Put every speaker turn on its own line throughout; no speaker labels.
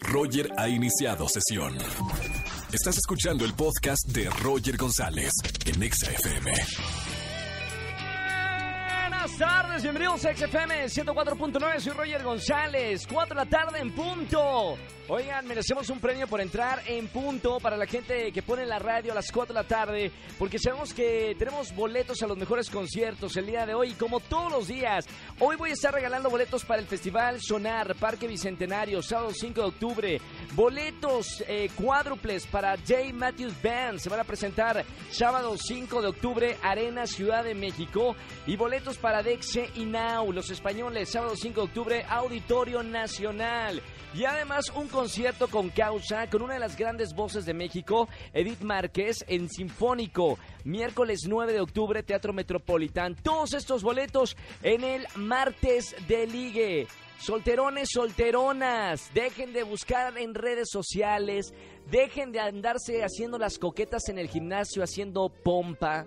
Roger ha iniciado sesión. Estás escuchando el podcast de Roger González en EXA-FM.
Buenas tardes, bienvenidos a XFM 104.9, soy Roger González, 4 de la tarde en punto. Oigan, merecemos un premio por entrar en punto para la gente que pone la radio a las 4 de la tarde, porque sabemos que tenemos boletos a los mejores conciertos el día de hoy, como todos los días. Hoy voy a estar regalando boletos para el Festival Sonar, Parque Bicentenario, sábado 5 de octubre. Boletos eh, cuádruples para Jay Matthews Band, se van a presentar sábado 5 de octubre, Arena Ciudad de México. Y boletos para para Dexe y Now, los españoles, sábado 5 de octubre, Auditorio Nacional. Y además un concierto con causa, con una de las grandes voces de México, Edith Márquez, en Sinfónico, miércoles 9 de octubre, Teatro Metropolitán. Todos estos boletos en el martes de ligue. Solterones, solteronas, dejen de buscar en redes sociales, dejen de andarse haciendo las coquetas en el gimnasio, haciendo pompa,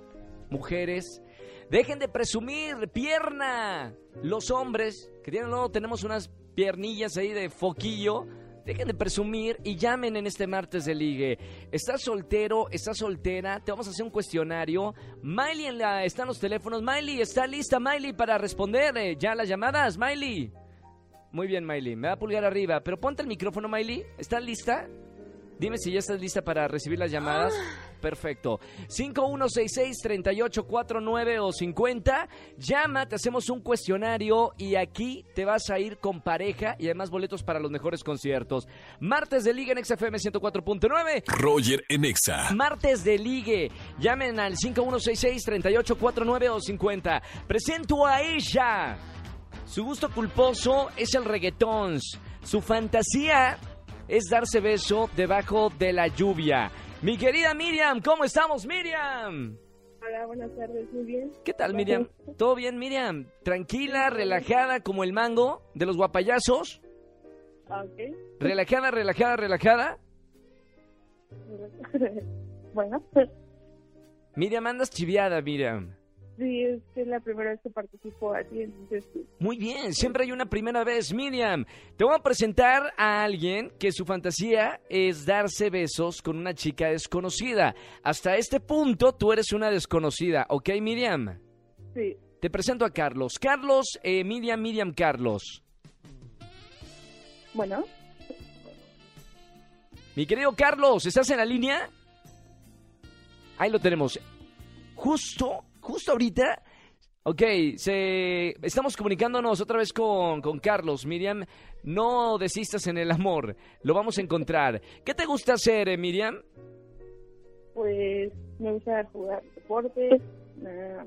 mujeres. Dejen de presumir pierna. Los hombres, que tienen luego tenemos unas piernillas ahí de foquillo. Dejen de presumir y llamen en este martes de ligue. ¿Estás soltero? ¿Estás soltera? Te vamos a hacer un cuestionario. Miley en la, está en los teléfonos. Miley, ¿está lista Miley para responder eh, ya las llamadas? Miley. Muy bien, Miley. Me va a pulgar arriba. Pero ponte el micrófono, Miley. ¿Estás lista? Dime si ya estás lista para recibir las llamadas. Perfecto. 5166-3849 o 50. Llama, te hacemos un cuestionario y aquí te vas a ir con pareja y además boletos para los mejores conciertos. Martes de Liga en XFM 104.9.
Roger en EXA.
Martes de Ligue. Llamen al 5166-3849 o 50. Presento a ella. Su gusto culposo es el reggaetón. Su fantasía es darse beso debajo de la lluvia. Mi querida Miriam, ¿cómo estamos, Miriam?
Hola, buenas tardes, muy bien.
¿Qué tal, Miriam? ¿Todo bien, Miriam? ¿Tranquila, relajada como el mango de los guapayazos?
Ah, Ok.
¿Relajada, relajada, relajada?
bueno,
Miriam, andas chiviada, Miriam.
sí, es que es la primera vez que participo así, entonces sí.
Muy bien, siempre hay una primera vez, Miriam. Te voy a presentar a alguien que su fantasía es darse besos con una chica desconocida. Hasta este punto tú eres una desconocida, ¿ok, Miriam?
sí.
Te presento a Carlos. Carlos, eh, Miriam, Miriam, Carlos.
Bueno,
Mi querido Carlos, ¿estás en la línea? Ahí lo tenemos. Justo, justo ahorita. Ok, se- estamos comunicándonos otra vez con, con Carlos. Miriam, no desistas en el amor. Lo vamos a encontrar. ¿Qué te gusta hacer, eh, Miriam?
pues me gusta jugar deportes, ah,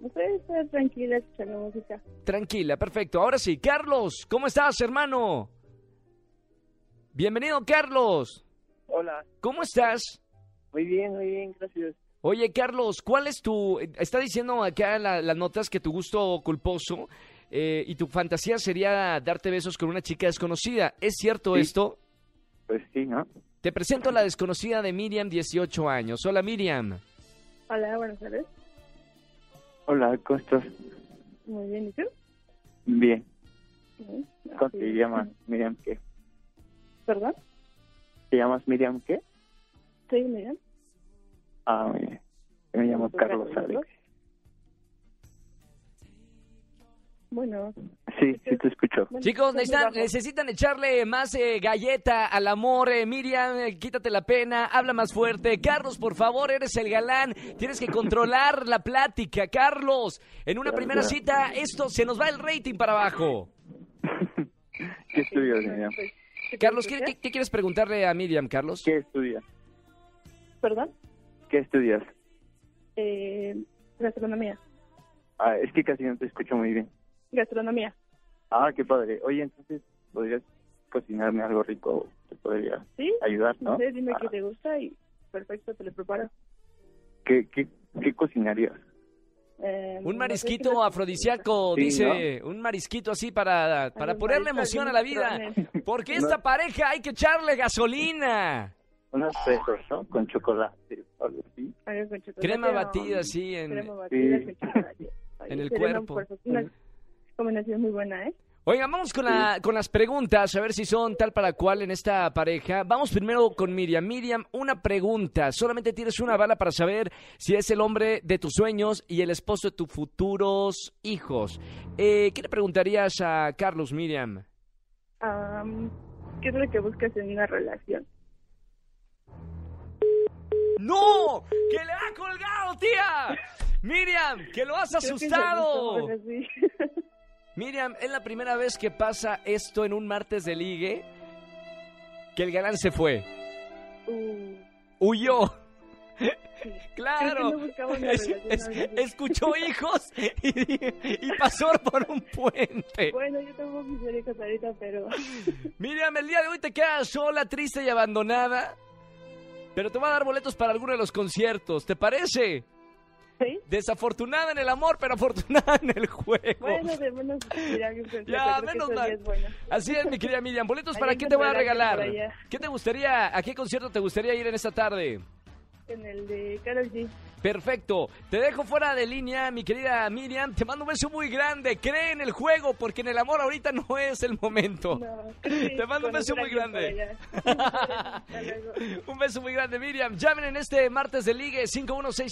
no sé, estar tranquila escuchando música.
Tranquila, perfecto. Ahora sí, Carlos, ¿cómo estás, hermano? Bienvenido, Carlos.
Hola,
¿Cómo estás?
muy bien, muy bien, gracias.
Oye, Carlos, ¿cuál es tu...? Está diciendo acá la- las notas que tu gusto culposo eh, y tu fantasía sería darte besos con una chica desconocida. ¿Es cierto
Sí.
esto?
Pues sí, ¿no?
Te presento a la desconocida de Miriam, 18 años. Hola, Miriam.
Hola, buenas tardes.
Hola, ¿cómo estás?
Muy bien, ¿y tú?
Bien.
Bien.
¿Cómo
Así
te
es.
llamas? Miriam, ¿qué?
¿Perdón?
¿Te llamas Miriam, qué?
Sí, mira.
Ah, muy bien. Yo me llamo Carlos Alex.
Bueno,
Sí, sí te escucho.
bueno,
Chicos,
está muy
necesitan,
bajo.
necesitan echarle más eh, galleta al amor. eh, Miriam, eh, quítate la pena, habla más fuerte. Carlos, por favor, eres el galán. Tienes que controlar la plática, Carlos. En una
Claro,
primera
claro.
cita, esto se nos va el rating para abajo.
¿Qué estudias, Miriam?
Pues, ¿qué
Carlos,
te
¿qué,
gusta?
qué- qué quieres preguntarle a Miriam, Carlos?
¿Qué estudias?
¿Perdón?
¿Qué estudias?
Eh, gastronomía.
Ah, es que casi no te escucho muy bien.
Gastronomía.
Ah, qué padre. Oye, entonces, ¿podrías cocinarme algo rico? Te podría
¿Sí?
ayudar,
No
¿no?
sé, dime
Ah,
qué te gusta y perfecto, te lo preparo.
¿qué, qué, qué cocinarías?
Eh, no sé
Un
qué
marisquito
más-
afrodisíaco,
Sí,
dice, un marisquito así para, para
Ay,
ponerle
marisco,
emoción a la
algunos
vida.
trones.
Porque
No.
esta pareja hay que echarle gasolina.
Pues
Unos pesos, ¿no? Con chocolate, algo así.
Algo con chocolate
Crema
o-
batida así en...
Crema batida
Sí.
con chocolate. Ay,
En el
sería una
cuerpo.
perfecta- Una combinación muy buena, ¿eh?
Oigan, vamos con, la- con las preguntas, a ver si son tal para cual en esta pareja. Vamos primero con Miriam. Miriam, una pregunta. Solamente tienes una bala para saber si es el hombre de tus sueños y el esposo de tus futuros hijos. Eh, ¿Qué le preguntarías a Carlos, Miriam?
Am, ¿Qué es lo que buscas en una relación?
¡No! ¡Que le ha colgado, tía! Miriam, que lo has
Creo que este se
asustado.
gusta más así.
Miriam, es la primera vez que pasa esto en un martes de ligue. Que el galán se fue.
Uh,
Huyó.
sí. Creo que
Claro.
no buscaba una
Es-
relación,
es-
algo así.
escuchó hijos y, y pasó por un puente.
Bueno, yo tampoco quisiera casar ahorita, pero
Miriam, el día de hoy te quedas sola, triste y abandonada. Pero te va a dar boletos para alguno de los conciertos, ¿te parece?
sí.
Desafortunada en el amor, pero afortunada en el juego.
Bueno, de menos ir a alguien contento,
Ya,
creo que
menos
eso
mal.
ya es bueno.
Así es, mi querida Miriam. ¿Boletos
Ahí
para qué te voy a
encontrarás
regalar?
por allá.
¿Qué te gustaría? ¿A qué concierto te gustaría ir en esta tarde?
En el de Carol G.
Perfecto. Te dejo fuera de línea, mi querida Miriam. Te mando un beso muy grande. Cree en el juego, porque en el amor ahorita no es el momento.
No, creo que
Te mando un beso
conocer a
muy
alguien por allá. Hasta luego.
Un beso muy grande, Miriam. Llamen en este martes de ligue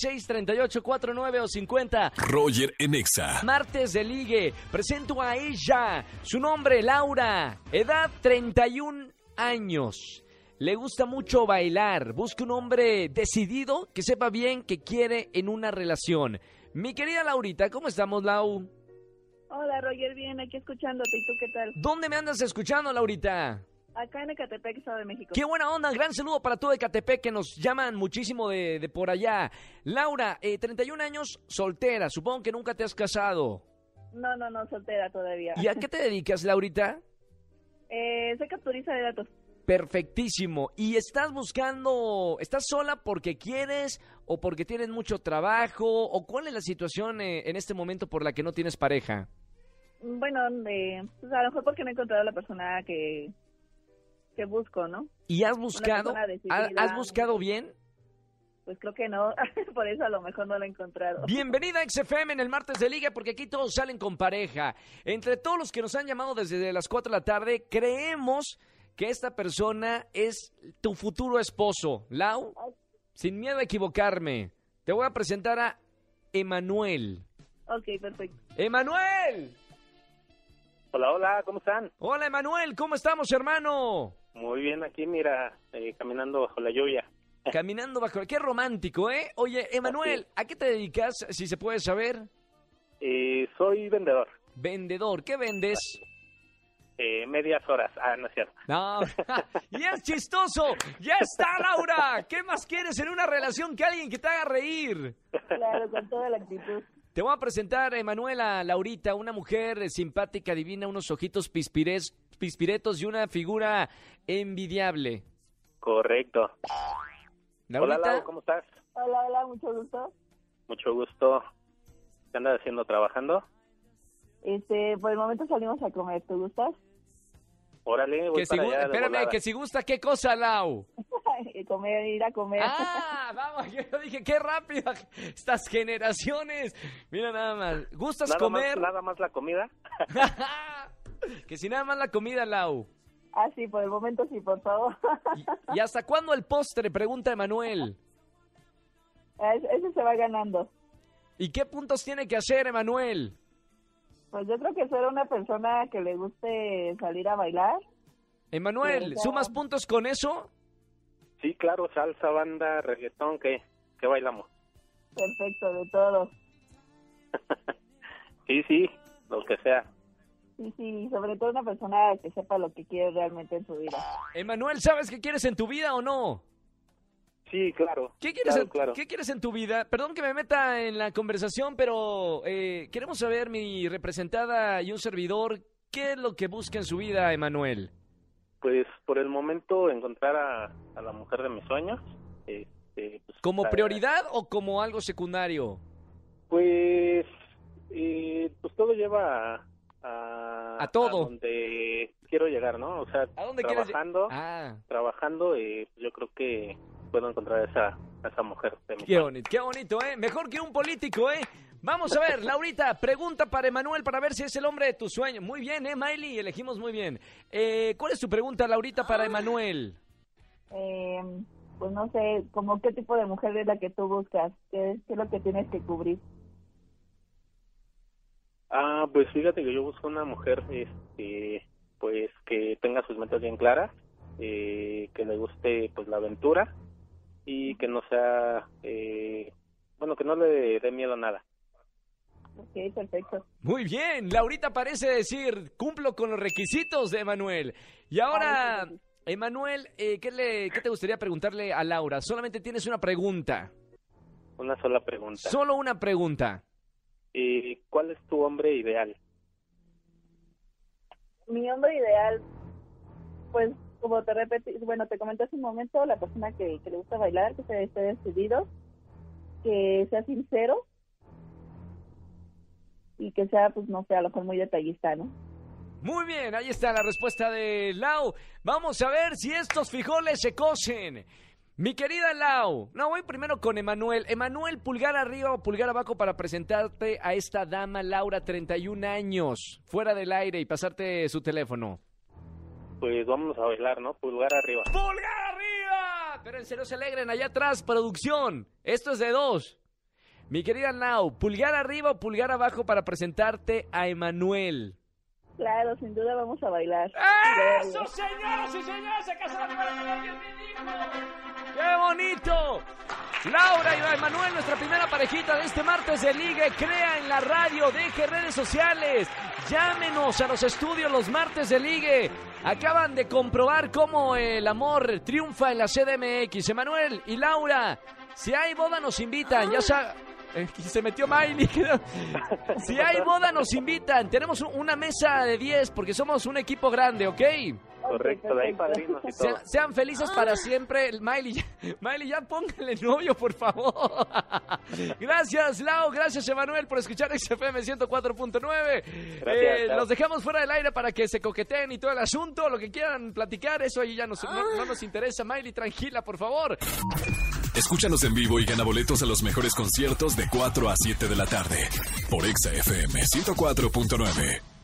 5166-3849 o 50.
Roger en Exa.
Martes de ligue. Presento a ella. Su nombre, Laura. Edad 31 años. Le gusta mucho bailar. Busca un hombre decidido que sepa bien que quiere en una relación. Mi querida Laurita, ¿cómo estamos, Lau?
Hola, Roger, bien, aquí escuchándote. ¿Y tú qué tal?
¿Dónde me andas escuchando, Laurita?
Acá en Ecatepec, Estado de México.
Qué buena onda, gran saludo para todo Ecatepec que nos llaman muchísimo de, de por allá. Laura, eh, 31 años, soltera, supongo que nunca te has casado.
No, no, no, soltera todavía.
¿Y a qué te dedicas, Laurita?
Eh, soy capturista de datos.
Perfectísimo. ¿Y estás buscando, estás sola porque quieres o porque tienes mucho trabajo o cuál es la situación eh, en este momento por la que no tienes pareja?
Bueno, eh, pues a lo mejor porque no he encontrado la persona que, que busco, ¿no?
¿Y has buscado?
persona decidida.
¿ha- ¿Has buscado bien?
Pues creo que no, por eso a lo mejor no la he encontrado.
Bienvenida a XFM en el martes de Liga, porque aquí todos salen con pareja. Entre todos los que nos han llamado desde las 4 de la tarde, creemos que esta persona es tu futuro esposo. Lau, sin miedo a equivocarme, te voy a presentar a Emanuel.
Ok, perfecto.
¡Emanuel!
Hola, hola, ¿cómo están?
Hola, Emanuel, ¿cómo estamos, hermano?
Muy bien aquí, mira, eh, caminando bajo la lluvia.
Caminando bajo... ¡Qué romántico, eh! Oye, Emanuel, ¿a qué te dedicas, si se puede saber?
Eh, soy vendedor,
Vendedor, ¿qué vendes?
eh, medias horas. Ah, no es cierto.
No, y es chistoso. Ya está, Laura. ¿Qué más quieres en una relación que alguien que te haga reír?
Claro, con toda la actitud.
Te voy a presentar, Emanuela, Laurita, una mujer eh, simpática, divina, unos ojitos pispires- pispiretos y una figura envidiable.
Correcto.
Laurita,
Hola, Lau, ¿cómo estás?
Hola, hola, mucho gusto.
Mucho gusto. ¿Qué andas haciendo? ¿Trabajando?
Este, por el momento salimos a comer, ¿te gustas?
Órale, voy
que si
para
gu-
allá de
espérame,
volada.
que si gusta, ¿qué cosa, Lau?
comer, ir a comer.
Ah, vamos, yo dije, qué rápido. Estas generaciones. Mira nada más. ¿Gustas
nada
comer?
Más, nada más la comida.
que si nada más la comida, Lau.
Ah, sí, por el momento sí, por favor.
¿Y- ¿Y hasta cuándo el postre? Pregunta Emanuel.
Ese se va ganando.
¿Y qué puntos tiene que hacer Emanuel?
Pues yo creo que ser una persona que le guste salir a bailar.
Emanuel,
Puntos.
¿sumas puntos con eso?
Sí, claro, salsa, banda, reggaetón, ¿qué, qué bailamos?
Perfecto, de todo.
Sí, sí, lo que sea.
Sí, sí, sobre todo una persona que sepa lo que quiere realmente en su vida.
Emanuel, ¿sabes qué quieres en tu vida o no?
Sí, claro.
¿Qué quieres,
Claro,
en,
claro.
¿qué quieres en tu vida? Perdón que me meta en la conversación, pero eh, queremos saber, mi representada y un servidor, ¿qué es lo que busca en su vida, Emanuel?
Pues por el momento encontrar a, a la mujer de mis sueños. Este, pues,
¿Como
para-
prioridad o como algo secundario?
Pues, eh, pues todo lleva a, a,
A todo.
a donde quiero llegar, ¿no? O sea,
¿A dónde quieres lle-
trabajando,
Ah,
trabajando, eh, yo creo que puedo encontrar a esa, a esa mujer de mis
qué
sueños.
bonito, qué bonito, ¿eh? Mejor que un político, ¿eh? Vamos a ver, Laurita, pregunta para Emanuel para ver si es el hombre de tu sueño. Muy bien, ¿eh, Miley? Elegimos muy bien. Eh, ¿Cuál es tu pregunta, Laurita, para Emanuel?
Eh, pues no sé, como qué tipo de mujer es la que tú buscas, qué es, qué es lo que tienes que cubrir.
Ah, pues fíjate que yo busco una mujer, este, pues que tenga sus metas bien claras, eh, que le guste pues la aventura y que no sea, eh, bueno, que no le dé miedo a nada.
Ok, perfecto.
Muy bien, Laurita parece decir, cumplo con los requisitos de Emanuel. Y ahora, Emanuel, eh, ¿qué, le- ¿qué te gustaría preguntarle a Laura? Solamente tienes una pregunta.
Una sola pregunta.
Solo una pregunta.
Eh, ¿Cuál es tu hombre ideal?
Mi hombre ideal, pues como te repetí, bueno, te comenté hace un momento, la persona que, que le gusta bailar, que sea- esté decidido, que sea sincero y que sea, pues no sé, a lo mejor muy detallista, ¿no?
Muy bien, ahí está la respuesta de Lau. Vamos a ver si estos frijoles se cocen. Mi querida Lau, no voy primero con Emanuel. Emanuel, pulgar arriba o pulgar abajo para presentarte a esta dama Laura, 31 años, fuera del aire y pasarte su teléfono.
Pues vamos a bailar, ¿no? Pulgar arriba.
¡Pulgar arriba! Pero en serio se alegren, allá atrás, producción. Esto es de dos. Mi querida Lau, pulgar arriba o pulgar abajo para presentarte a Emanuel.
Claro, sin duda vamos a bailar.
¡Ah!
¡Eso, señoras y señores! ¡Se casa la primera mujer que tiene hijos! ¡Qué bonito! Laura y Manuel, nuestra primera parejita de este martes de Ligue, crea en la radio, deje redes sociales, llámenos a los estudios los martes de Ligue. Acaban de comprobar cómo el amor triunfa en la CDMX. Emanuel y Laura, si hay boda nos invitan, ya sa- eh, Se metió Miley. Si hay boda, nos invitan. Tenemos un- una mesa de 10 porque somos un equipo grande, ¿ok?
Ok,
Correcto, de ahí
perfecto.
padrinos y todo.
Sean, sean felices para siempre. Miley, ya- Miley, ya póngale novio, por favor. Gracias, Lau. Gracias, Emanuel, por escuchar XFM 104.9.
Gracias,
Eh,
Lau.
los dejamos fuera del aire para que se coqueteen y todo el asunto. Lo que quieran platicar, eso ahí ya nos- no, no nos interesa. Miley, tranquila, por favor.
Escúchanos en vivo y gana boletos a los mejores conciertos de 4 a 7 de la tarde por Exa FM 104.9.